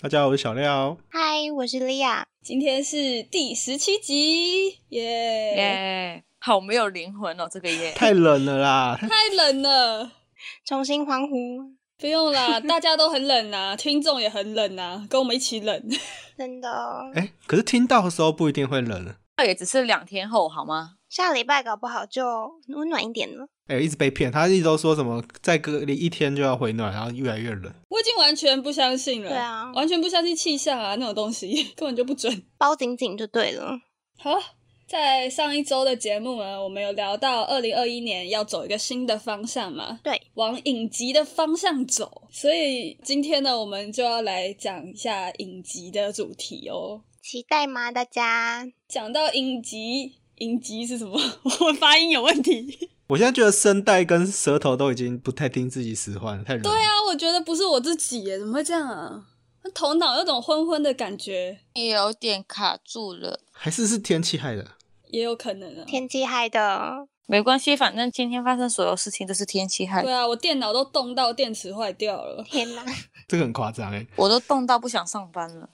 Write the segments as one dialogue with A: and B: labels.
A: 大家好，我是小廖。
B: 嗨，我是莉亚。
C: 今天是第十七集，耶、
D: 耶、好没有灵魂哦，这个 耶，
A: 太冷了 啦！
C: 太冷了，
B: 重新欢呼，
C: 不用啦， 大家都很冷啊，听众也很冷啊，跟我们一起冷。
B: 真的，
A: 哎、可是听到的时候不一定会冷。
D: 那也只是两天后好吗？
B: 下礼拜搞不好就温暖一点了。
A: 哎、一直被骗，他一直都说什么再隔离一天就要回暖，然后越来越冷。
C: 我已经完全不相信了，
B: 对啊
C: 完全不相信气象啊那种东西， 根本就不准。
B: 包紧紧就对了。
C: 好，在上一周的节目呢，我们有聊到二零二一年要走一个新的方向嘛，
B: 对，
C: 往影集的方向走。所以今天呢，我们就要来讲一下影集的主题哦。
B: 期待吗？大家
C: 讲到影集，影集是什么？ 我发音有问题。
A: 我现在觉得声带跟舌头都已经不太听自己使唤了，太冷了。对啊，
C: 啊，我觉得不是我自己耶，怎么会这样啊？那头脑有种昏昏的感觉，
D: 也有点卡住了，
A: 还是是天气害的。
C: 也有可能啊。
B: 天气害的，
D: 没关系，反正今天发生所有事情都是天气害
C: 对，啊，我电脑都冻到电池坏掉了。
B: 天哪！
A: 这个很夸张哎，
D: 我都冻到不想上班了。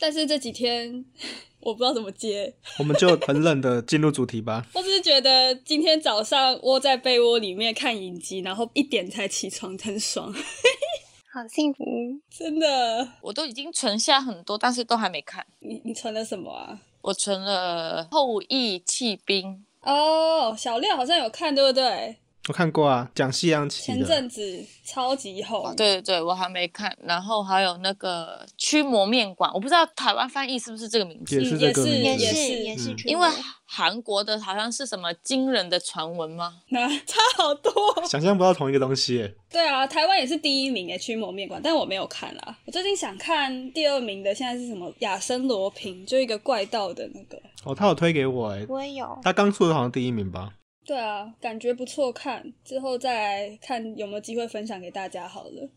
C: 但是这几天 我不知道怎么接，
A: 我们就很冷的进入主题吧。
C: 我只是觉得今天早上窝在被窝里面看影集，然后一点才起床，很爽，
B: 好幸福，
C: 真的。
D: 我都已经存下很多，但是都还没看。
C: 你你存了什么啊？
D: 我存了《后羿弃兵
C: 哦、小廖好像有看，对不对？
A: 我看过啊，讲西洋棋
C: 前
A: 的。
C: 阵子超级》
A: 啊
C: 红，，
D: 对对对，我还没看。然后还有那个《驱魔面馆》，我不知道台湾翻译是不是这个名字
A: 也，是
C: 嗯也
A: 这个
C: 是
A: 名
B: 也
A: 字
B: 是
C: 是
B: 也是
A: 嗯，
D: 因为韩国的好像是什么惊人的传闻吗？
C: 那啊差好多。
A: 想象不到同一个东西哎耶。
C: 对啊，台湾也是第一名诶，《欸驱魔面馆》，但我没有看啦。我最近想看第二名的，现在是什么？亚森罗平，就一个怪盗的那个。
A: 哦，他有推给我哎，
B: 我也有，
A: 他刚出的好像第一名吧。
C: 对啊，感觉不错看，之后再来看有没有机会分享给大家好了。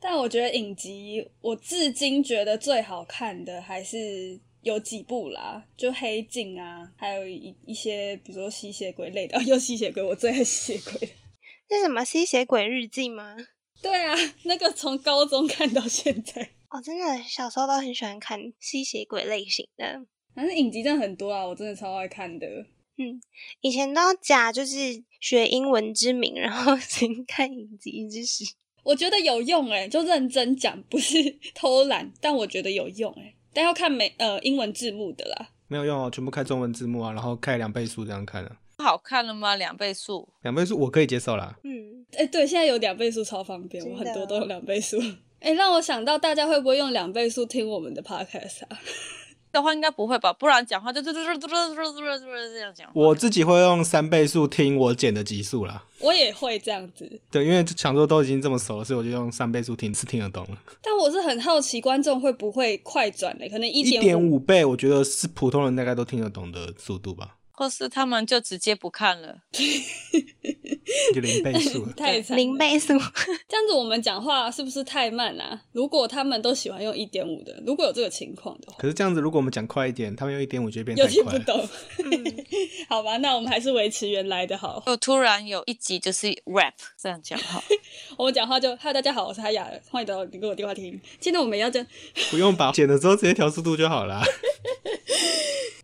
C: 但我觉得影集，我至今觉得最好看的还是有几部啦，就《黑镜》啊，还有一一些比如说吸血鬼类的， 哦、又吸血鬼，我最爱吸血鬼。
B: 是什么吸血鬼日记吗？
C: 对啊，那个从高中看到现在，
B: 哦，真的，小时候都很喜欢看吸血鬼类型的。
C: 反正影集真的很多啊，我真的超爱看的。
B: 以前都要假就是学英文之名，然后 先看影集知识。
C: 我觉得有用哎、就认真讲，不是 偷懒，但我觉得有用哎、但要看美呃英文字幕的啦。
A: 没有用哦，全部开中文字幕啊，然后开两倍速这样看啊。
D: 好看了吗？两倍速。
A: 两倍速我可以接受啦。
B: 嗯，
C: 哎、对，现在有两倍速超方便，
B: 真
C: 我
B: 的
C: 很多都有两倍速。哎、让我想到大家会不会用两倍速听我们的 podcast 啊？
D: 的话应该不会吧，不然讲话就嘟嘟嘟嘟嘟嘟嘟嘟这样讲。
A: 我自己会用三倍速听我剪的集数啦。
C: 我也会这样子，
A: 对，因为想说都已经这么熟了，所以我就用三倍速听是听得懂了。
C: 但我是很好奇观众会不会快转的、可能一
A: 一
C: 点。
A: 点五倍，我觉得是普通人大概都听得懂的速度吧，
D: 或是他们就直接不看了。
A: 就零倍速了
C: 太惨了
B: 零倍速，
C: 这样子我们讲话是不是太慢啊？如果他们都喜欢用一点五的，如果有这个情况的话，
A: 可是这样子，如果我们讲快一点，他们用一点五就会变
C: 又
A: 太
C: 听不
A: 快了。
C: 懂，
B: 嗯，
C: 好吧？那我们还是维持原来的好。
D: 就突然有一集就是 rap 这样讲 哈，
C: 我们讲话就嗨，大家好，我是哈雅，欢迎到你给我电话听。今天我们要讲，
A: 不用吧，剪的时候直接调速度就好啦。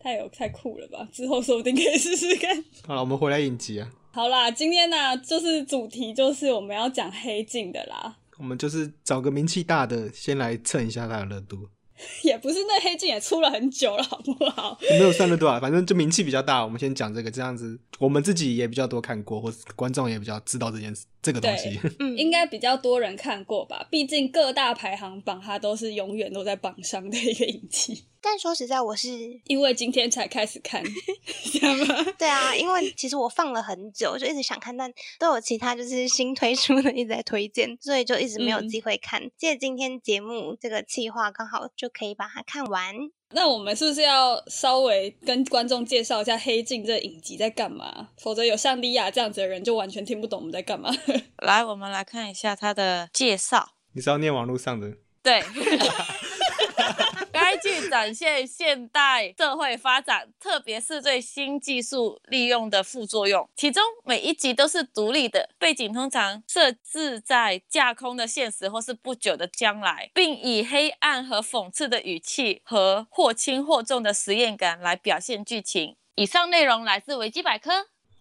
C: 太有太酷了吧？之后说不定可以试试看。
A: 好了，我们回来影集啊，
C: 好啦，今天呢、就是主题就是我们要讲黑镜的啦，
A: 我们就是找个名气大的，先来蹭一下他的热度。
C: 也不是那黑镜也出了很久了，好不好？
A: 没有算热度啊，反正就名气比较大，我们先讲这个，这样子我们自己也比较多看过，或是观众也比较知道这件事这个东西。
B: 嗯，
C: 应该比较多人看过吧，毕竟各大排行榜它都是永远都在榜上的一个影集。
B: 但说实在，我是
C: 因为今天才开始看，知道吗？
B: 对啊，因为其实我放了很久，就一直想看，但都有其他就是新推出的一直在推荐，所以就一直没有
C: 嗯
B: 机会看。借今天节目这个企划，刚好就可以把它看完。
C: 那我们是不是要稍微跟观众介绍一下《黑镜》这影集在干嘛？否则有像莉亚这样子的人，就完全听不懂我们在干嘛。
D: 来，我们来看一下它的介绍。
A: 你是要念网络上的？
D: 对，该剧展现现代社会发展，特别是对新技术利用的副作用。其中每一集都是独立的，背景通常设置在架空的现实或是不久的将来，并以黑暗和讽刺的语气和或轻或重的实验感来表现剧情。以上内容来自维基百科。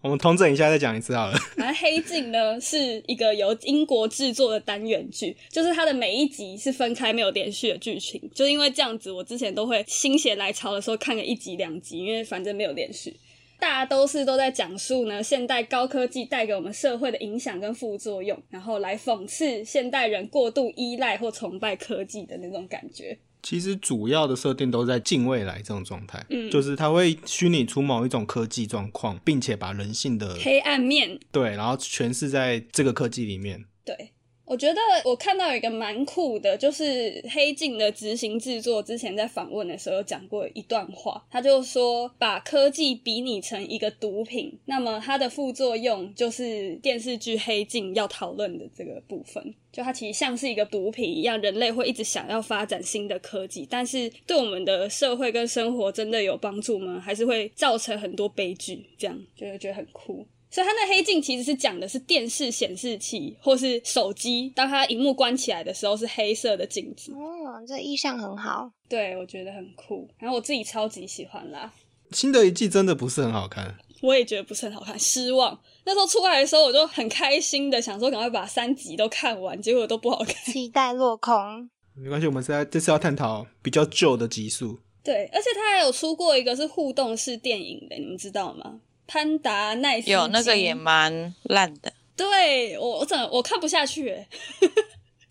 A: 我们统整一下再讲一次好了。
C: 反正《黑镜》呢是一个由英国制作的单元剧，就是它的每一集是分开没有连续的剧情，就是因为这样子，我之前都会心血来潮的时候看个一集两集，因为反正没有连续。大家都是都在讲述呢，现代高科技带给我们社会的影响跟副作用，然后来讽刺现代人过度依赖或崇拜科技的那种感觉。
A: 其实主要的设定都在近未来这种状态，
C: 嗯
A: 就是它会虚拟出某一种科技状况，并且把人性的
C: 黑暗面
A: 对，然后诠释在这个科技里面。
C: 对，我觉得我看到有一个蛮酷的，就是《黑镜》的执行制作之前在访问的时候有讲过一段话，他就说把科技比拟成一个毒品，那么它的副作用就是电视剧《黑镜》要讨论的这个部分。就它其实像是一个毒品一样，人类会一直想要发展新的科技，但是对我们的社会跟生活真的有帮助吗？还是会造成很多悲剧？这样就会觉得很酷。所以它那黑镜其实是讲的是电视显示器或是手机，当它荧幕关起来的时候是黑色的镜子。
B: 哦，这意象很好。
C: 对，我觉得很酷。然后我自己超级喜欢啦，
A: 新的一季真的不是很好看，
C: 我也觉得不是很好看，失望。那时候出来的时候，我就很开心的想说赶快把三集都看完，结果都不好看。
B: 期待落空。
A: 没关系，我们是在这次要探讨比较旧的集数，
C: 对，而且它还有出过一个是互动式电影的，你们知道吗？潘达奈斯基
D: 有那个也蛮烂的，
C: 对我，我整个我看不下去耶，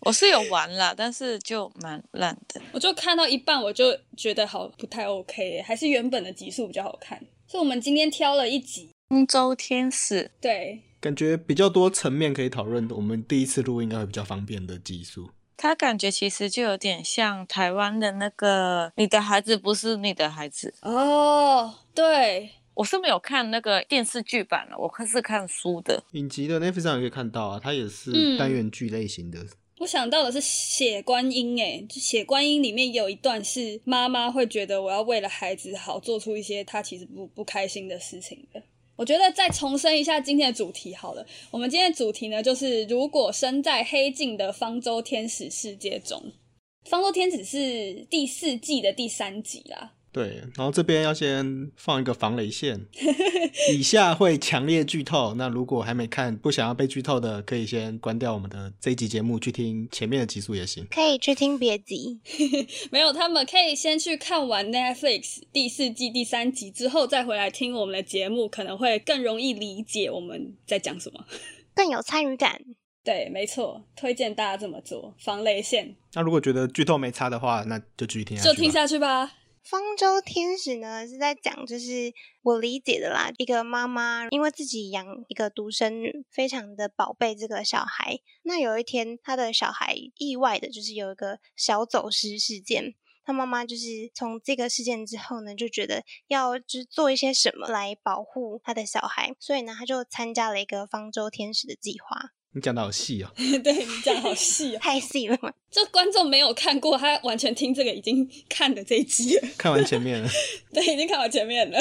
D: 我是有玩啦，但是就蛮烂的。
C: 我就看到一半我就觉得好不太 OK，耶还是原本的集数比较好看。所以我们今天挑了一集，
D: 通州天使
C: 对，
A: 感觉比较多层面可以讨论。我们第一次录应该会比较方便的集数。
D: 他感觉其实就有点像台湾的那个《你的孩子不是你的孩子》，
C: 哦，对，
D: 我是没有看那个电视剧版了，我可是看书的。
A: 影集的 Netflix 上也可以看到啊，它也是
C: 嗯
A: 单元剧类型的，
C: 我想到的是《血观音》，哎，就《血观音》里面有一段是妈妈会觉得我要为了孩子好，做出一些她其实不不开心的事情的。我觉得再重申一下今天的主题好了，我们今天的主题呢，就是如果身在黑镜的方舟天使世界中，方舟天使是第四季的第三集啦。
A: 对。然后这边要先放一个防 雷线，以下会强烈剧透。那如果还没看，不想要被剧透的，可以先关掉我们的这一集节目，去听前面的集数也行。
B: 可以去听别集，
C: 没有，他们可以先去看完 Netflix 第四季第三集之后，再回来听我们的节目，可能会更容易理解我们在讲什么。
B: 更有参与感。
C: 对，没错，推荐大家这么做，防雷线
A: 那如果觉得剧透没差的话，那就继续听下去
C: 就
A: 吧。
C: 听下去吧。
B: 方舟天使呢是在讲，就是我理解的啦，一个妈妈因为自己养一个独生女，非常的宝贝这个小孩。那有一天，她的小孩意外的就是有一个小走失事件。她妈妈就是从这个事件之后呢，就觉得要就是做一些什么来保护她的小孩，所以呢，她就参加了一个方舟天使的计划。
A: 你讲的好细哦、
C: 对你讲好细哦，
B: 太细了嘛，
C: 这观众没有看过，他完全听这个已经看的这一集了，
A: 看完前面了。
C: 对，已经看完前面了。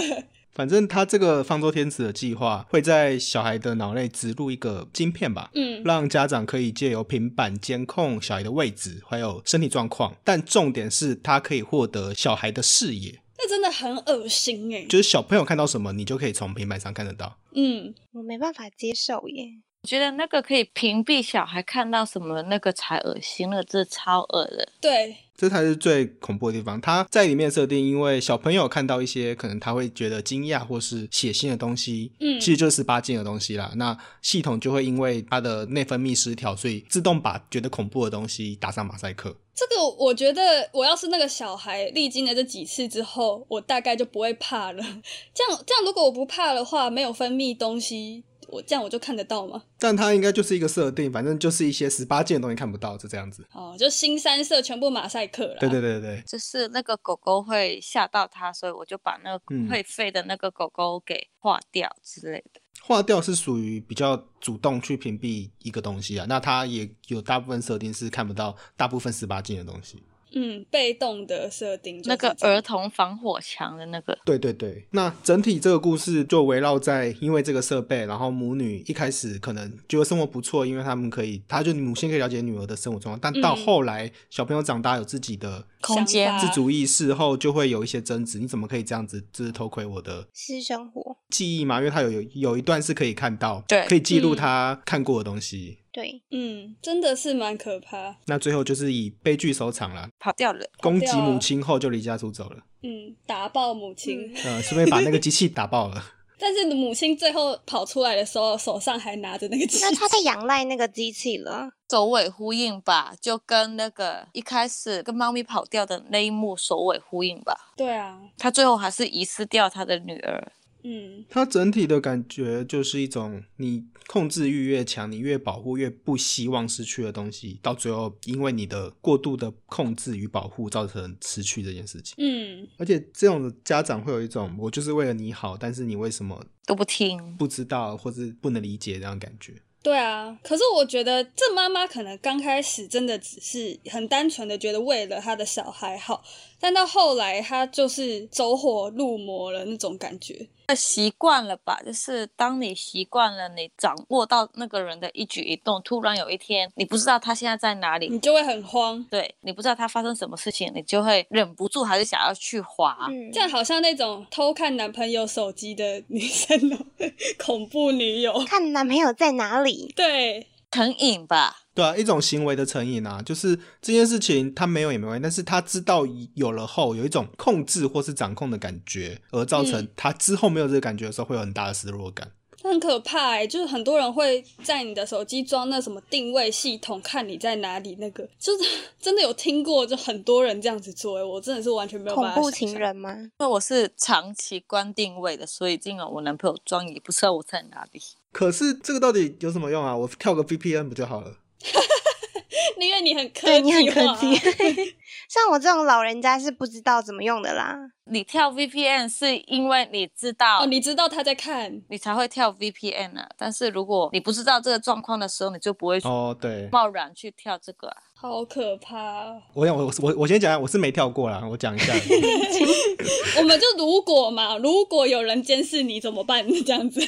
A: 反正他这个方舟天使的计划会在小孩的脑内植入一个晶片吧，
C: 嗯，
A: 让家长可以借由平板监控小孩的位置还有身体状况。但重点是，他可以获得小孩的视野，
C: 那真的很恶心哎、
A: 就是小朋友看到什么，你就可以从平板上看得到。
C: 嗯，
B: 我没办法接受耶。
D: 我觉得那个可以屏蔽小孩看到什么那个才恶心，那个真的超恶的。
C: 对，
A: 这才是最恐怖的地方。它在里面设定，因为小朋友看到一些可能他会觉得惊讶或是血腥的东西，
C: 嗯
A: 其实就是十八禁的东西啦。那系统就会因为它的内分泌失调，所以自动把觉得恐怖的东西打上马赛克。
C: 这个我觉得，我要是那个小孩，历经了这几次之后，我大概就不会怕了。这样，这样，如果我不怕的话，没有分泌东西，我这样我就看得到吗？
A: 但它应该就是一个设定，反正就是一些十八禁的东西看不到，就这样子。
C: 哦，就新三色全部马赛克了。
A: 对对对对
D: 就是那个狗狗会吓到它，所以我就把那
A: 嗯
D: 个会吠的那个狗狗给化掉之类的。
A: 划掉是属于比较主动去屏蔽一个东西啊。那它也有大部分设定是看不到大部分十八禁的东西。
C: 嗯，被动的设定就是
D: 那个
C: 这样
D: 儿童防火墙的那个，
A: 对对对，那整体这个故事就围绕在因为这个设备，然后母女一开始可能觉得生活不错，因为他们可以，她就母亲可以了解女儿的生活状况，但到
C: 嗯
A: 后来小朋友长大有自己的
D: 空
C: 想
D: 间啊
C: 法
A: 自主意识后，就会有一些争执，你怎么可以这样子，就是偷窥我的
B: 私生活。
A: 记忆嘛？因为他有有有一段是可以看到，
D: 对
A: 可以记
C: 嗯
A: 录他看过的东西。
B: 对，
C: 嗯，真的是蛮可怕。
A: 那最后就是以悲剧收场啦，
D: 跑掉了。
A: 攻
C: 掉
A: 击
C: 了
A: 母亲后就离家出走了，
C: 嗯，打爆母亲，
D: 嗯
B: 嗯
A: 呃，顺便把那个机器打爆了。
C: 但是母亲最后跑出来的时候，手上还拿着那个机器。
B: 那他在仰赖那个机器了。
D: 首尾呼应吧，就跟那个一开始跟猫咪跑掉的那一幕首尾呼应吧。
C: 对啊，
D: 他最后还是遗失掉他的女儿，
C: 嗯，
A: 它整体的感觉就是一种你控制欲越强，你越保护，越不希望失去的东西，到最后因为你的过度的控制与保护，造成失去这件事情。
C: 嗯，
A: 而且这种的家长会有一种，我就是为了你好，但是你为什么
D: 都不听。
A: 不知道或是不能理解这样的感觉？
C: 对啊。可是我觉得这妈妈可能刚开始真的只是很单纯的觉得为了她的小孩好，但到后来她就是走火入魔了那种感觉。
D: 那习惯了吧，就是当你习惯了，你掌握到那个人的一举一动，突然有一天你不知道他现在在哪里，
C: 你就会很慌。
D: 对你不知道他发生什么事情，你就会忍不住还是想要去滑。
B: 嗯
C: 啊这样好像那种偷看男朋友手机的女生哦， 恐怖女友。
B: 看男朋友在哪 里。
C: 对，
D: 成瘾吧，
A: 对啊，一种行为的成瘾啊，就是这件事情他没有也没关系，但是他知道有了后，有一种控制或是掌控的感觉，而造成
C: 嗯
A: 他之后没有这个感觉的时候，会有很大的失落感。
C: 很可怕哎、就是很多人会在你的手机装那什么定位系统，看你在哪里。那个就是 真的有听过，就很多人这样子做哎、我真的是完全没有办
B: 恐
C: 法
B: 怖
C: 想
B: 情
C: 象。
B: 人 吗？
D: 因为我是长期关定位的，所以尽管我男朋友装也不知道我在哪里。
A: 可是这个到底有什么用啊？我跳个 VPN 不就好了？
C: 因为你很科技化
B: 对你很客
C: 啊
B: 气。 像我这种老人家是不知道怎么用的啦。
D: 你跳 VPN 是因为你知道
C: 哦，你知道他在看，
D: 你才会跳 VPN 啊。但是如果你不知道这个状况的时候，你就不会
A: 哦，对，
D: 贸然去跳这个、啊。
C: 好可怕哦、
A: 我想我我我先讲一下，我是没跳过啦，我讲一 下。
C: 我们就如果嘛，如果有人监视你怎么办？这样子。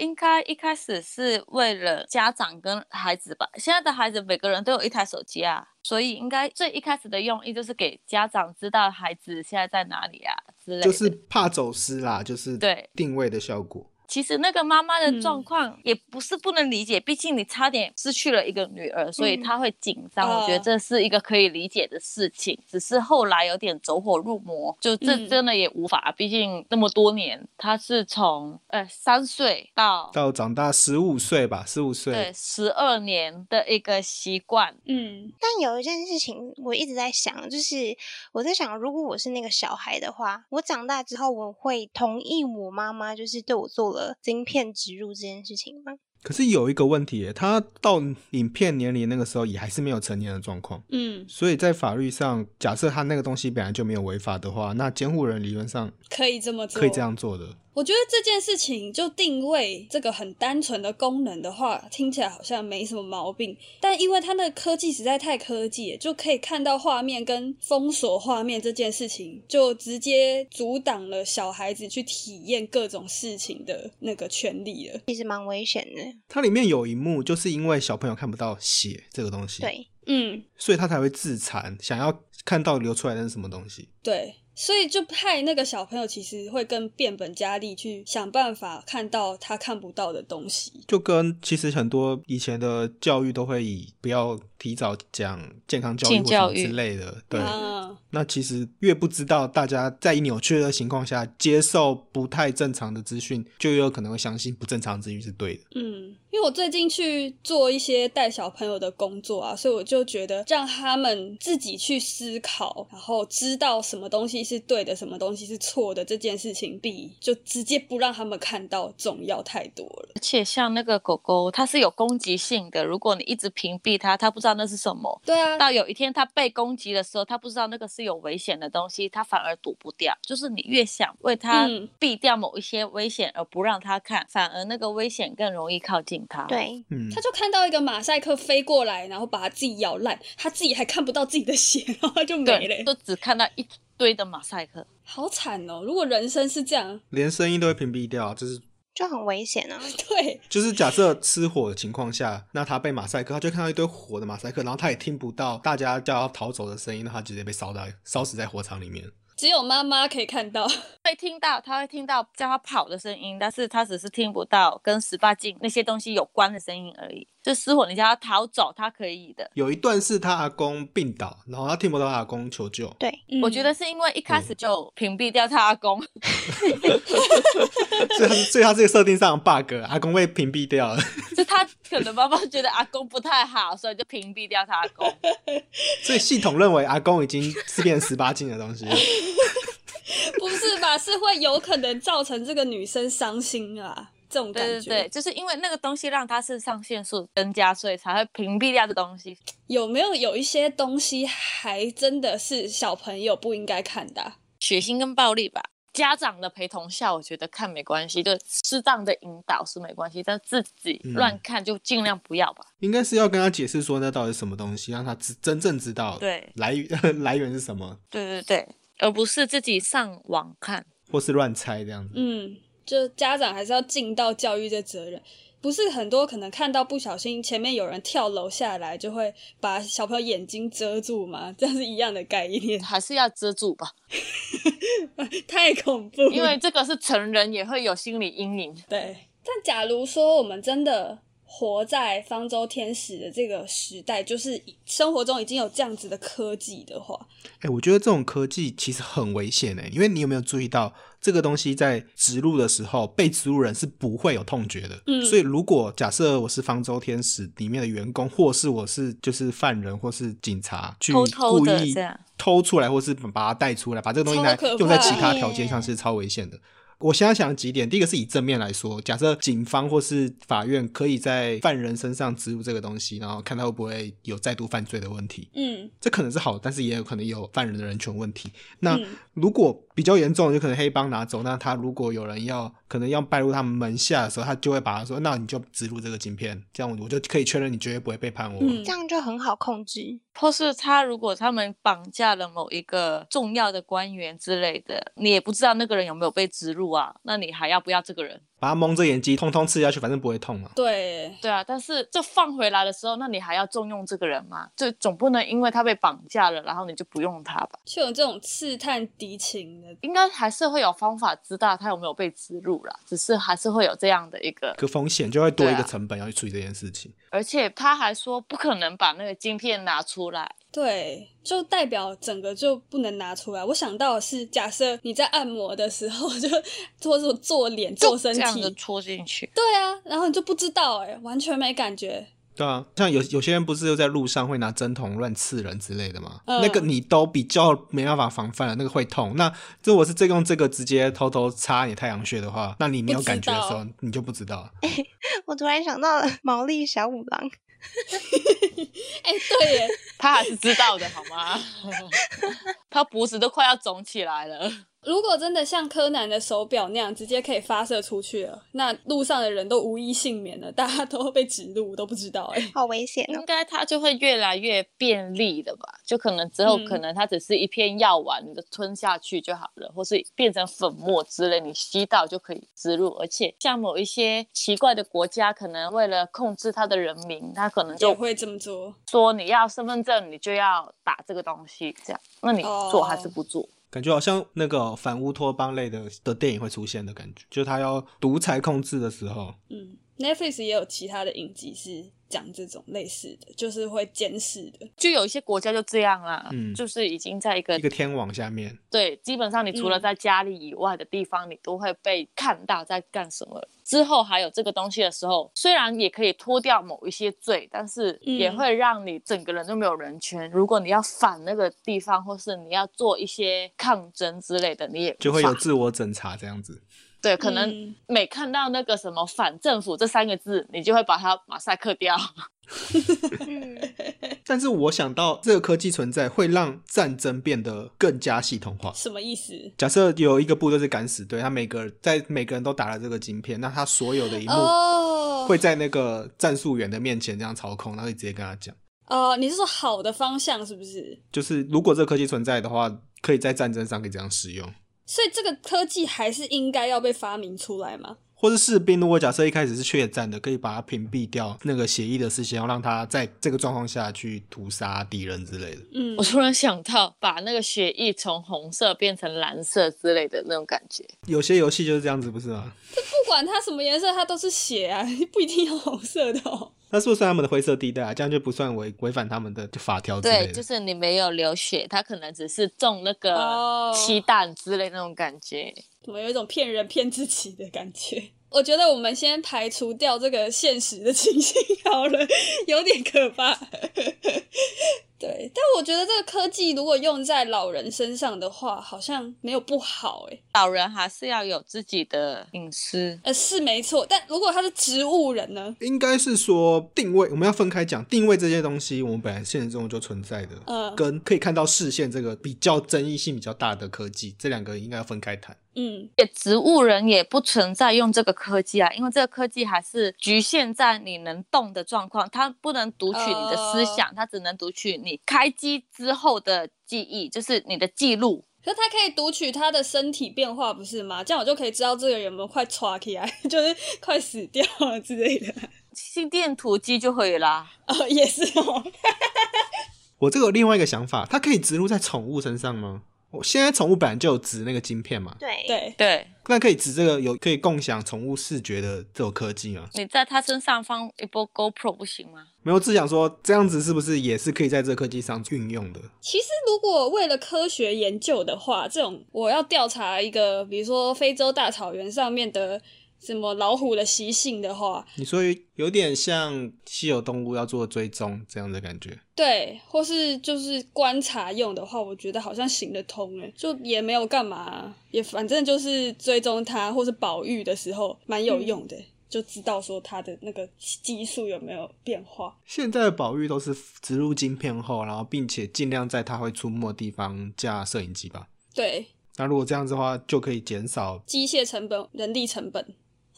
D: 应该一开始是为了家长跟孩子吧。现在的孩子每个人都有一台手机啊，所以应该最一开始的用意就是给家长知道孩子现在在哪里啊之类的。
A: 就是怕走失啦，就是
D: 对
A: 定位的效果。
D: 其实那个妈妈的状
C: 嗯
D: 况也不是不能理解，毕竟你差点失去了一个女儿，所以
B: 嗯
D: 她会紧张。我觉
C: 啊
D: 得这是一个可以理解的事情，只是后来有点走火入魔，就这
C: 嗯
D: 真的也无法，毕竟那么多年，她是从呃三岁到。
A: 到长大十五岁吧，十
D: 对
A: 五岁，，
D: 十二年的一个习惯，
C: 嗯
B: 但有一件事情我一直在想，就是我在想，如果我是那个小孩的话，我长大之后我会同意我妈妈就是对我做了晶片植入这件事情吗？
A: 可是有一个问题耶，他到影片年龄那个时候也还是没有成年的状况，
C: 嗯，
A: 所以在法律上，假设他那个东西本来就没有违法的话，那监护人理论上
C: 可以这么做。
A: 可以这样做的。
C: 我觉得这件事情就定位这个很单纯的功能的话，听起来好像没什么毛病。但因为它那个科技实在太科技了，就可以看到画面跟封锁画面这件事情，就直接阻挡了小孩子去体验各种事情的那个权利了。
B: 其实蛮危险的，
A: 它里面有一幕，就是因为小朋友看不到血这个东西，
B: 对，
C: 嗯，
A: 所以他才会自残，想要看到流出来的是什么东西。
C: 对，所以就害那个小朋友其实会更变本加厉去想办法看到他看不到的东西。
A: 就跟其实很多以前的教育都会以不要提早讲健康教育
D: 性
A: 或什
D: 教
A: 么
D: 育嗯
A: 之类的，对。
C: 啊，
A: 那其实越不知道，大家在扭曲的情况下接受不太正常的资讯，就越有可能会相信不正常的资讯是对的。
C: 嗯，因为我最近去做一些带小朋友的工作啊，所以我就觉得让他们自己去思考，然后知道什么东西是对的，什么东西是错的，这件事情比就直接不让他们看到重要太多了。
D: 而且像那个狗狗，它是有攻击性的，如果你一直屏蔽它，它不知道那是什么。
C: 对啊，
D: 到有一天它被攻击的时候，它不知道那个是有危险的东西，它反而躲不掉。就是你越想为它
C: 嗯
D: 避掉某一些危险而不让它看，反而那个危险更容易靠近它。，
B: 对，
A: 嗯，
C: 他就看到一个马赛克飞过来，然后把他自己咬烂，他自己还看不到自己的血，然后他就没
D: 对，
C: 了，
D: 就只看到一堆的马赛克。
C: 好惨哦！如果人生是这样，
A: 连声音都会屏蔽掉，这是
B: 就很危险啊。
C: 对，
A: 就是假设失火的情况下，那他被马赛克，他就看到一堆火的马赛克，然后他也听不到大家叫他逃走的声音，那他直接被烧到烧死在火场里面。
C: 只有妈妈可以看到，
D: 会听到，他会听到叫他跑的声音，但是他只是听不到跟十八禁那些东西有关的声音而已。就失火，你叫他逃走，他可以的。
A: 有一段是他阿公病倒，然后他听不到他阿公求救，
B: 对，
C: 嗯
D: 我觉得是因为一开始就屏蔽掉他阿公，
A: 所以他所以他这个设定上的 bug，阿公被屏蔽掉了。
D: 就他可能妈妈觉得阿公不太好，所以就屏蔽掉他阿 公。
A: 所以系统认为阿公已经是变十八禁的东西了，
C: 不是吧？是会有可能造成这个女生伤心啊，这种感
D: 对对
C: 觉。
D: 对，就是因为那个东西让他肾上腺素增加，所以才会屏蔽掉这东西。
C: 有没有有一些东西还真的是小朋友不应该看的啊、
D: 血腥跟暴力吧。家长的陪同下，我觉得看没关系，就适当的引导是没关系，但自己
A: 嗯
D: 乱看就尽量不要吧。
A: 应该是要跟他解释说那到底是什么东西，让他知真正知道
D: 对
A: 来源 来源是什么，
D: 对对对，而不是自己上网看。
A: 或是乱猜这样子。
C: 嗯，就家长还是要尽到教育这责任。不是很多可能看到不小心前面有人跳楼下来，就会把小朋友眼睛遮住嘛，这样是一样的概念，
D: 还是要遮住吧，
C: 太恐怖了。
D: 因为这个是成人也会有心理阴影。
C: 对，但假如说我们真的活在方舟天使的这个时代，就是生活中已经有这样子的科技的话，
A: 哎、我觉得这种科技其实很危险哎、因为你有没有注意到这个东西在植入的时候，被植入人是不会有痛觉的。
C: 嗯
A: 所以如果假设我是方舟天使里面的员工，或是我是就是犯人或是警察去
D: 偷偷
A: 故
D: 的
A: 意
D: 这样
A: 偷出来，或是把它带出来，把这个东西拿
C: 超可怕
A: 用在其他
B: 耶
A: 条件上是超危险的。我现在想几点，第一个是以正面来说，假设警方或是法院可以在犯人身上植入这个东西，然后看他会不会有再度犯罪的问题。
C: 嗯，
A: 这可能是好，但是也有可能有犯人的人权问题。那
C: 嗯
A: 如果比较严重的，就可能黑帮拿走，那他如果有人要可能要拜入他们门下的时候，他就会把他说，那你就植入这个晶片，这样我我就可以确认你绝对不会背叛我。
C: 嗯
B: 这样就很好控制。
D: 或是他如果他们绑架了某一个重要的官员之类的，你也不知道那个人有没有被植入啊，那你还要不要这个人？
A: 把他蒙着眼睛，通通吃下去，反正不会痛嘛。
C: 对，
D: 对啊，但是就放回来的时候，那你还要重用这个人吗？就总不能因为他被绑架了，然后你就不用他吧？
C: 就有这种刺探敌情的，
D: 应该还是会有方法知道他有没有被植入啦，只是还是会有这样的一个
A: 个风险就会多一个
D: 对啊
A: 成本要去处理这件事情。
D: 而且他还说不可能把那个晶片拿出来。
C: 对，就代表整个就不能拿出来。我想到的是，假设你在按摩的时候就做做做脸、做身
D: 这样子
C: 体，
D: 戳进去，
C: 对啊，然后你就不知道、哎，完全没感觉，
A: 对啊，像有有些人不是又在路上会拿针筒乱刺人之类的嘛，
C: 嗯
A: 那个你都比较没办法防范了，那个会痛。那如果是这用这个直接偷偷插你太阳穴的话，那你没有感觉的时候，你就不知道。
B: 我突然想到了 毛利小五郎，
C: 哎、对耶，
D: 他还是知道的好吗？他脖子都快要肿起来了。
C: 如果真的像柯南的手表那样直接可以发射出去了，那路上的人都无一幸免了，大家都被指路，都不知道哎、
B: 好危险哦
D: 应！该它就会越来越便利的吧？就可能之后
C: 嗯
D: 可能它只是一片药丸，你就吞下去就好了，或是变成粉末之类，你吸到就可以植入。而且像某一些奇怪的国家，可能为了控制它的人民，它可能
C: 也
D: 就
C: 会这么做。
D: 说你要身份证，你就要打这个东西，这样，那你做还是不做？
A: 感觉好像那个反乌托邦类的的电影会出现的感觉，就是他要独裁控制的时候，
C: 嗯，Netflix 也有其他的影集是讲这种类似的，就是会监视的。
D: 就有一些国家就这样啦，
A: 嗯
D: 就是已经在一个
A: 一个天网下面，
D: 对，基本上你除了
C: 嗯
D: 在家里以外的地方，你都会被看到在干什么。之后还有这个东西的时候，虽然也可以脱掉某一些罪，但是也
C: 嗯
D: 会让你整个人都没有人权。如果你要反那个地方，或是你要做一些抗争之类的，你也
A: 就会
D: 无
A: 有
D: 法
A: 自我审查这样子。
D: 对，可能
C: 嗯
D: 每看到那个什么反政府这三个字，你就会把它马赛克掉。
B: 嗯，
A: 但是我想到这个科技存在会让战争变得更加系统化。
C: 什么意思？
A: 假设有一个部队是敢死队，他每个在每个人都打了这个晶片，那他所有的一幕
C: 哦
A: 会在那个战术员的面前这样操控，然后你直接跟他讲，
C: 哦，你是说好的方向是不是？
A: 就是如果这个科技存在的话，可以在战争上可以这样使用，
C: 所以这个科技还是应该要被发明出来吗？
A: 或是士兵如果假设一开始是血战的，可以把他屏蔽掉那个协议的事情，要让他在这个状况下去屠杀敌人之类的。
C: 嗯
D: 我，突然想到，把那个血液从红色变成蓝色之类的那种感觉。
A: 有些游戏就是这样子，不是吗？
C: 不管它什么颜色，它都是血啊， 不一定要红色的哦。
A: 那是不是算他们的灰色地带啊？这样就不算违违反他们的法条之类
D: 对，
A: 的。
D: 就是你没有流血，他可能只是中那个
C: 哦
D: 气弹之类那种感觉。
C: 怎么有一种骗人骗自己的感觉？我觉得我们先排除掉这个现实的情形好了，有点可怕。对，但我觉得这个科技如果用在老人身上的话，好像没有不好诶、
D: 老人还是要有自己的隐私。
C: 呃，是没错。但如果他是植物人呢？
A: 应该是说定位，我们要分开讲。定位这些东西，我们本来现实中就存在的，
C: 嗯
A: 跟可以看到视线这个比较争议性比较大的科技，这两个应该要分开谈。
C: 嗯，
D: 也植物人也不存在用这个科技啊，因为这个科技还是局限在你能动的状况，它不能读取你的思想，它只能读取你开机之后的记忆，就是你的记录。
C: 可是他可以读取他的身体变化，不是吗？这样我就可以知道这个人有没有快垮起来， 就是快死掉了之类的。
D: 心电图机就可以啦。
C: 哦，也是哦。
A: 我这个有另外一个想法，它可以植入在宠物身上吗？我现在宠物本来就有植那个晶片嘛，
B: 对，
C: 对，
D: 对，
A: 那可以植这个有可以共享宠物视觉的这种科技吗？
D: 你在它身上放一波 GoPro 不行吗？
A: 没有，只想说这样子是不是也是可以在这科技上运用的？
C: 其实，如果为了科学研究的话，这种我要调查一个，比如说非洲大草原上面的什么老虎的习性的话，
A: 你说有点像稀有动物要做追踪这样的感觉。
C: 对，或是就是观察用的话，我觉得好像行得通诶，就也没有干嘛，也反正就是追踪它或是保育的时候蛮有用的，就知道说它的那个激素有没有变化。
A: 现在的保育都是植入晶片后，然后并且尽量在它会出没的地方架摄影机吧。
C: 对，
A: 那如果这样子的话，就可以减少。
C: 机械成本、人力成本。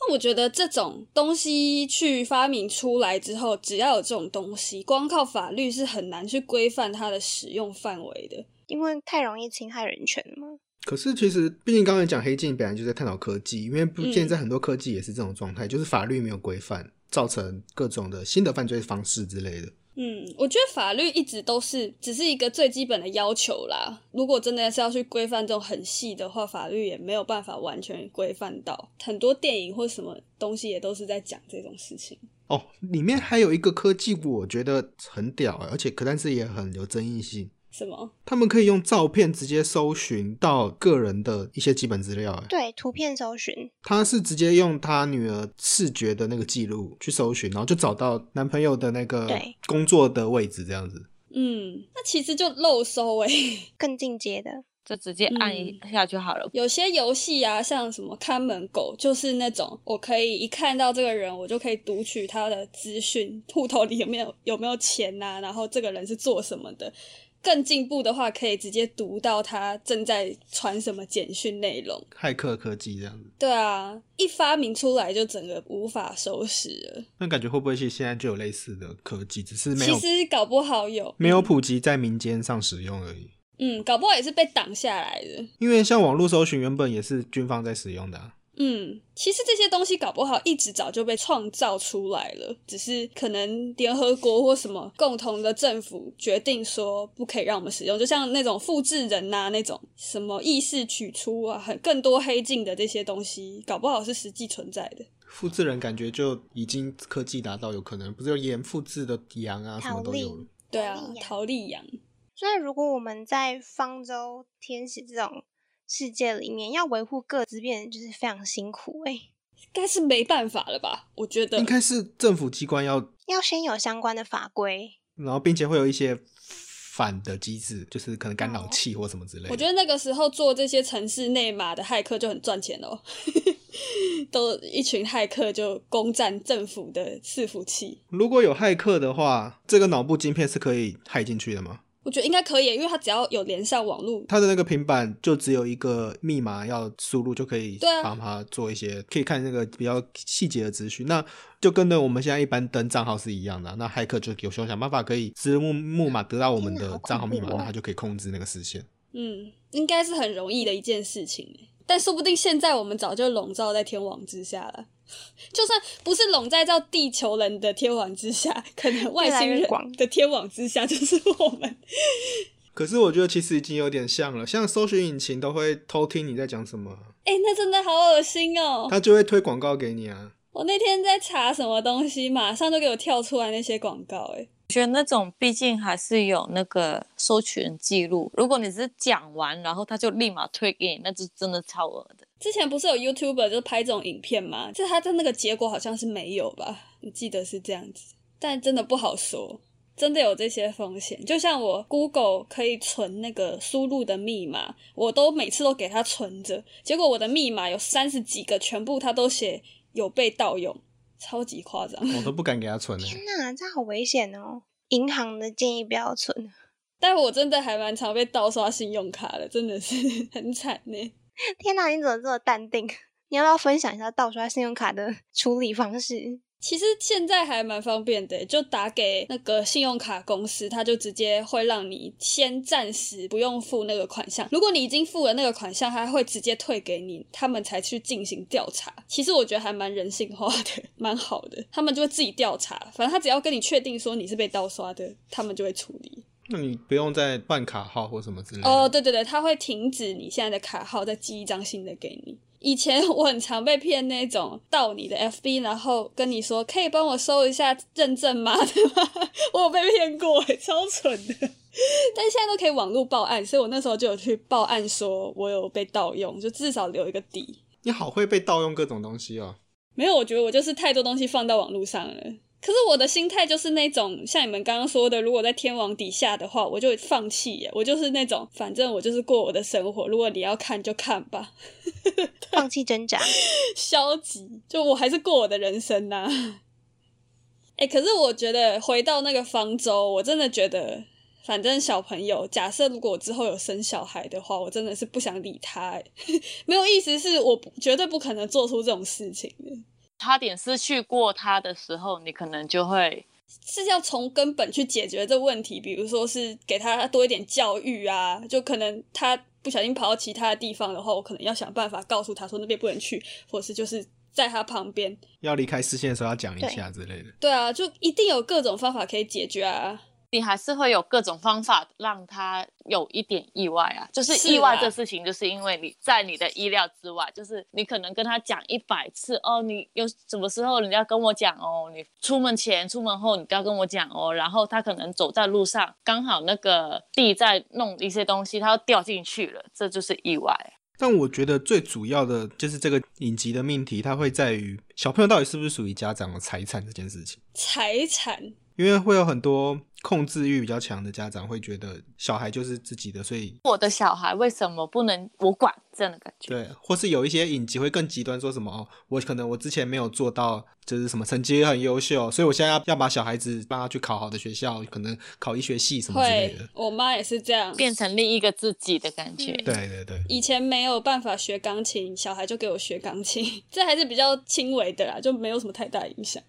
C: 那我觉得这种东西去发明出来之后，只要有这种东西，光靠法律是很难去规范它的使用范围的。
B: 因为太容易侵害人权了嘛。
A: 可是其实，毕竟刚才讲黑镜本来就在探讨科技，因为不
C: 嗯
A: 现在很多科技也是这种状态，就是法律没有规范，造成各种的新的犯罪方式之类的。
C: 嗯，我觉得法律一直都是只是一个最基本的要求啦。如果真的是要去规范这种很细的话，法律也没有办法完全规范到。很多电影或什么东西也都是在讲这种事情。
A: 哦，里面还有一个科技，我觉得很屌，欸而且可但是也很有争议性。
C: 什么？
A: 他们可以用照片直接搜寻到个人的一些基本资料，哎，
B: 对，图片搜寻，
A: 他是直接用他女儿视觉的那个记录去搜寻，然后就找到男朋友的那个
B: 对
A: 工作的位置，这样子。
C: 嗯，那其实就漏收欸诶、
B: 更进阶的，
D: 就直接按一下就好了。
C: 有些游戏啊，像什么看门狗，就是那种我可以一看到这个人，我就可以读取啊他的资讯，户头里有没有有没有钱呐、然后这个人是做什么的。更进步的话，可以直接读到他正在传什么简讯内容。
A: 骇客科技这样子，
C: 对啊，一发明出来就整个无法收拾了。
A: 那感觉会不会是现在就有类似的科技，只是没
C: 其
A: 有
C: 实搞不好有
A: 没有，普及在民间上使用而已？
C: 嗯，搞不好也是被挡下来的。
A: 因为像网络搜寻原本也是军方在使用的、啊，
C: 嗯，其实这些东西搞不好一直早就被创造出来了，只是可能联合国或什么共同的政府决定说不可以让我们使用，就像那种复制人呐、那种什么意识取出啊，很更多黑镜的这些东西，搞不好是实际存在的。
A: 复制人感觉就已经科技达到有可能，不是有盐复制的羊啊什么
B: 逃
A: 都
B: 离
A: 有了。
C: 对啊
B: 逃避，呀
C: 陶丽阳，
E: 所以，如果我们在方舟、天使这种世界里面，要维护各自变得就是非常辛苦哎、
C: 应该是没办法了吧？我觉得
A: 应该是政府机关要，
E: 要先有相关的法规。
A: 然后并且会有一些反的机制，就是可能干
C: 哦
A: 扰器或什么之类的。
C: 我觉得那个时候做这些城市内码的骇客就很赚钱哦， 都一群骇客就攻占政府的伺服器。
A: 如果有骇客的话，这个脑部晶片是可以骇进去的吗？
C: 我觉得应该可以，因为它只要有连上网络，
A: 它的那个平板就只有一个密码要输入就可以
C: 对啊
A: 帮它做一些，可以看那个比较细节的资讯。那就跟着我们现在一般登账号是一样的啊、那骇客就有时候想办法可以知木木马得到我们
B: 天哪
A: 的
B: 好恐
A: 账号密码，
B: 怖哦
A: 那他就可以控制那个视线。
C: 嗯，应该是很容易的一件事情。欸但说不定现在我们早就笼罩在天网之下了， 就算不是笼罩到地球人的天网之下，可能外
E: 越
C: 星
E: 来越
C: 人
E: 广
C: 的天网之下就是我们。
A: 可是我觉得其实已经有点像了，像搜寻引擎都会偷听你在讲什么，啊
C: 哎、那真的好恶心哦！
A: 它就会推广告给你啊。
C: 我那天在查什么东西，马上就给我跳出来那些广告、哎，
D: 我觉得那种毕竟还是有那个搜寻记录，如果你只是讲完，然后他就立马推给你，那就真的超恶的。
C: 之前不是有 YouTuber 就是拍这种影片吗？这他的那个结果好像是没有吧？我记得是这样子，但真的不好说，真的有这些风险。就像我 Google 可以存那个输入的密码，我都每次都给它存着，结果我的密码有三十几个，全部它都写有被盗用，超级夸张。
A: 我都不敢给它存了、欸
E: 天哪，这好危险哦！银行的建议不要存，
C: 但我真的还蛮常被盗刷信用卡的，真的是 很惨呢、
E: 天哪，你怎么这么淡定？ 你要不要分享一下盗刷信用卡的 处理方式？
C: 其实现在还蛮方便的，就打给那个信用卡公司，他就直接会让你先暂时不用付那个款项。如果你已经付了那个款项，他会直接退给你，他们才去进行调查。其实我觉得还蛮人性化的， 蛮好的。他们就会自己调查，反正他只要跟你确定说你是被盗刷的，他们就会处理。
A: 那你不用再办卡号或什么之类的。
B: 呃
C: 哦，对对对，他会停止你现在的卡号，再寄一张新的给你。以前我很常被骗那种盗你的 FB，然后跟你说可以帮我收一下认证码的吗？ 我有被骗过， 超蠢的。但现在都可以网络报案，所以我那时候就有去报案，说我有被盗用，就至少留一个底。
A: 你好会被盗用各种东西哦。
C: 没有，我觉得我就是太多东西放到网络上了。可是我的心态就是那种像你们刚刚说的，如果在天网底下的话，我就放弃耶。我就是那种，反正我就是过我的生活，如果你要看就看吧，
E: 放 弃挣扎，
C: 消极，就我还是过我的人生呐、 哎、可是我觉得回到那个方舟，我真的觉得，反正小朋友，假设如果我之后有生小孩的话，我真的是不想理他耶， 没有意思，是我不绝对不可能做出这种事情的。
D: 差点失去过他的时候，你可能就会
C: 是要从根本去解决这问题，比如说是给他多一点教育啊，就可能他不小心跑到其他的地方的话，我可能要想办法告诉他说那边不能去，或是就是在他旁边。
A: 要离开视线的时候要讲一下之类的。
C: 对啊，就一定有各种方法可以解决啊。
D: 你还是会有各种方法让他有一点意外啊，就是
C: 是
D: 意外
C: 啊
D: 这事情，就是因为你在你的意料之外，就是你可能跟他讲一百次哦，你有什么时候你要跟我讲哦，你出门前、出门后你都要跟我讲哦，然后他可能走在路上，刚好那个地在弄一些东西，他要掉进去了，这就是意外。
A: 但我觉得最主要的就是这个影集的命题，它会在于小朋友到底是不是属于家长的财产这件事情。
C: 财产
A: 因为会有很多控制欲比较强的家长会觉得小孩就是自己的，所以
D: 我的小孩为什么不能我管这样的感觉？
A: 对，或是有一些影集会更极端，说什么哦，我可能我之前没有做到，就是什么成绩很优秀，所以我现在要要把小孩子帮他去考好的学校，可能考医学系什么之类
C: 会
A: 的。，
C: 我妈也是这样。
D: 变成另一个自己的感觉。
C: 嗯
A: 对对对，
C: 以前没有办法学钢琴，小孩就给我学钢琴， 这还是比较轻微的啦，就没有什么太大影响。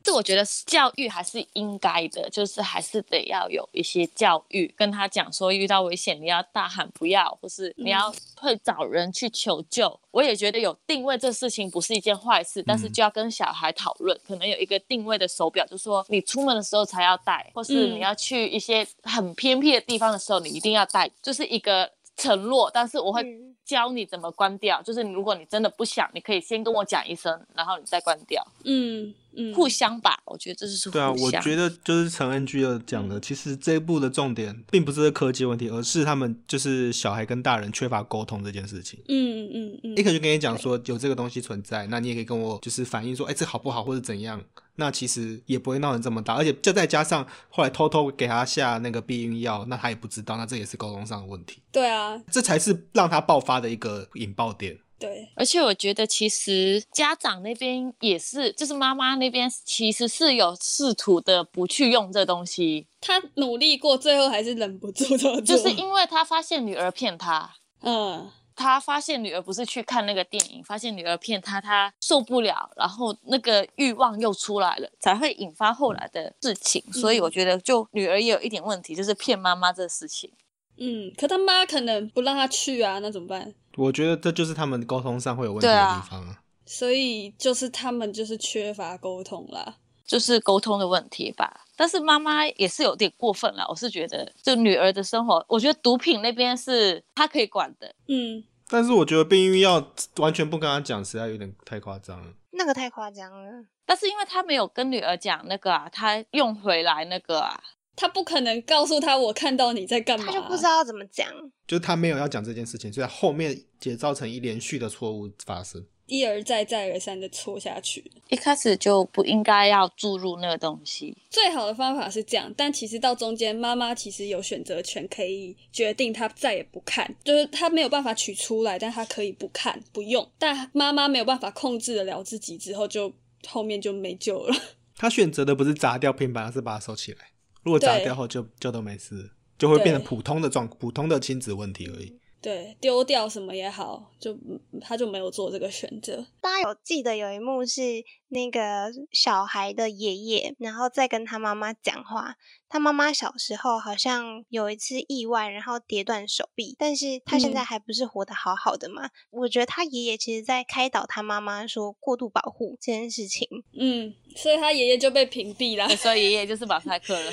D: 这我觉得教育还是应该的，就是还是得要有一些教育，跟他讲说遇到危险你要大喊不要，或是你要会找人去求救。我也觉得有定位这事情不是一件坏事，但是就要跟小孩讨论，可能有一个定位的手表，就说你出门的时候才要带，或是
C: 嗯
D: 你要去一些很偏僻的地方的时候你一定要带，就是一个承诺。但是我会
E: 嗯
D: 教你怎么关掉，就是你如果你真的不想，你可以先跟我讲一声，然后你再关掉。
C: 嗯嗯，
D: 互相吧，我觉得这就是互
A: 对
D: 相。嗯
A: 啊，我觉得就是陈恩居的讲的，其实这一部的重点并不是科技问题，而是他们就是小孩跟大人缺乏沟通这件事情。
C: 嗯嗯嗯
A: 一可就跟你讲说有这个东西存在，那你也可以跟我就是反映说，哎、这好不好或者怎样？那其实也不会闹成这么大，而且就再加上后来偷偷给他下那个避孕药，那他也不知道，那这也是沟通上的问题，
C: 对啊，
A: 这才是让他爆发的一个引爆点。
C: 对，
D: 而且我觉得其实家长那边也是，就是妈妈那边其实是有试图的不去用这东西，
C: 他努力过，最后还是忍不住这么做，
D: 就是因为他发现女儿骗他。
C: 嗯
D: 他发现女儿不是去看那个电影，发现女儿骗他，他受不了，然后那个欲望又出来了，才会引发后来的事情。所
A: 嗯
D: 以我觉得，就女儿也有一点问题，就是骗妈妈这事情。
C: 嗯，可他妈可能不让他去啊，那怎么办？
A: 我觉得这就是他们沟通上会有问题的
D: 对啊
A: 地方啊。
C: 所以就是他们就是缺乏沟通啦，
D: 就是沟通的问题吧。但是妈妈也是有点过分了，我是觉得，就女儿的生活，我觉得毒品那边是她可以管的，
C: 嗯，
A: 但是我觉得避孕药完全不跟他讲，实在有点太夸张了。
E: 那个太夸张了。
D: 但是因为她没有跟女儿讲那个啊，她用回来那个啊，
C: 他不可能告诉他我看到你在干嘛，啊
E: 他就不知道怎么讲，
A: 就是他没有要讲这件事情，所以他后面也造成一连续的错误发生。
C: 一而再再而三的错下去。
D: 一开始就不应该要注入那个东西。
C: 最好的方法是这样，但其实到中间，妈妈其实有选择权，可以决定她再也不看，就是她没有办法取出来，但她可以不看不用，但妈妈没有办法控制得了自己之后就，后面就没救了。
A: 他选择的不是砸掉平板，而是把它收起来。如果砸
C: 对
A: 掉后就就都没事了，就会变成
C: 对
A: 普通的状普通的亲子问题而已。
C: 对，丢掉什么也好，就嗯她就没有做这个选择。
E: 大家有记得有一幕是那个小孩的爷爷，然后再跟他妈妈讲话。他妈妈小时候好像有一次意外，然后跌断手臂，但是他现在
C: 嗯
E: 还不是活得好好的嘛？我觉得他爷爷其实在开导他妈妈说过度保护这件事情。
C: 嗯，所以她爷爷就被屏蔽啦。
D: 所以爷爷就是马赛克了。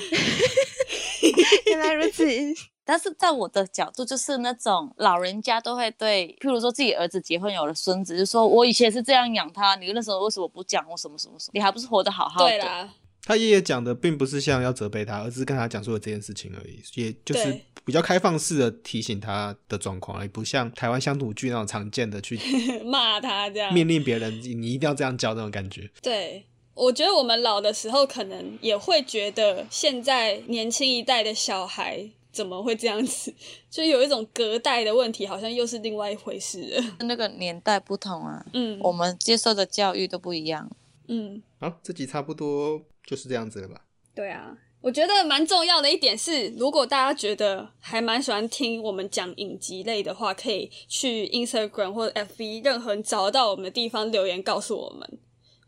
E: 原来如 此，
D: 但是在我的角度，就是那种老人家都会对，譬如说自己儿子结婚有了孙子，就说我以前是这样养他，你那时候为什么不讲我什么什么什么？你还不是活得好好的？
C: 对啦，
A: 他爷爷讲的并不是像要责备他，而是跟他讲述了这件事情而已，也就是
C: 对
A: 比较开放式的提醒他的状况，也不像台湾乡土剧那种常见的去
C: 骂他这样。
A: 命令别人你一定要这样教那种感觉。
C: 对，我觉得我们老的时候可能也会觉得，现在年轻一代的小孩怎么会这样子？ 就有一种隔代的问题，好像又是另外一回事了。
D: 那个年代不同啊，
C: 嗯，
D: 我们接受的教育都不一样。
C: 嗯，
A: 好，这集差不多就是这样子了吧？
C: 对啊。我觉得蛮重要的一点是，如果大家觉得还蛮喜欢听我们讲影集类的话，可以去 Instagram 或者 FB 任何你找得到我们的地方留言告诉我们，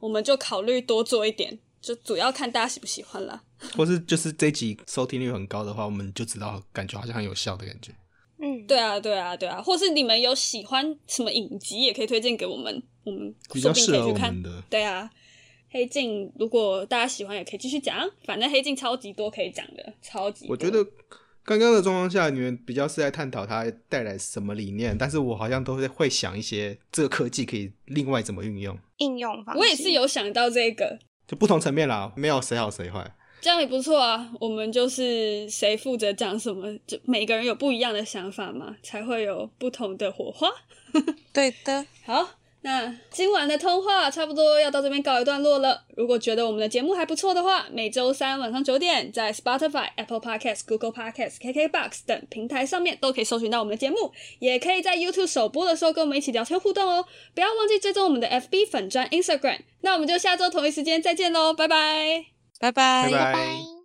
C: 我们就考虑多做一点，就主要看大家喜不喜欢啦。
A: 或是就是这集收听率很高的话，我们就知道感觉好像很有效的感觉。
E: 嗯，
C: 对啊，对啊，对啊，或是你们有喜欢什么影集，也可以推荐给我们，我们
A: 比较
C: 说不定可以
A: 适合我
C: 去看
A: 们。的。
C: 对啊，黑镜如果大家喜欢，也可以继续讲，反正黑镜超级多可以讲的，超级多。
A: 我觉得刚刚的状况下，你们比较是在探讨它带来什么理念，但是我好像都会会想一些这个科技可以另外怎么运用，
E: 应用方式
C: 我也是有想到这个，
A: 就不同层面啦，没有谁好谁坏。
C: 这样也不错啊。我们就是谁负责讲什么，就每个人有不一样的想法嘛，才会有不同的火花。
D: 对的，
C: 好，那今晚的通话差不多要到这边告一段落了。如果觉得我们的节目还不错的话，每周三晚上九点，在 Spotify、Apple Podcast、Google Podcast、KKBox 等平台上面都可以搜寻到我们的节目，也可以在 YouTube 首播的时候跟我们一起聊天互动哦。不要忘记追踪我们的 FB 粉专 Instagram。那我们就下周同一时间再见喽，拜拜。
D: 拜拜
A: 拜
B: 拜拜。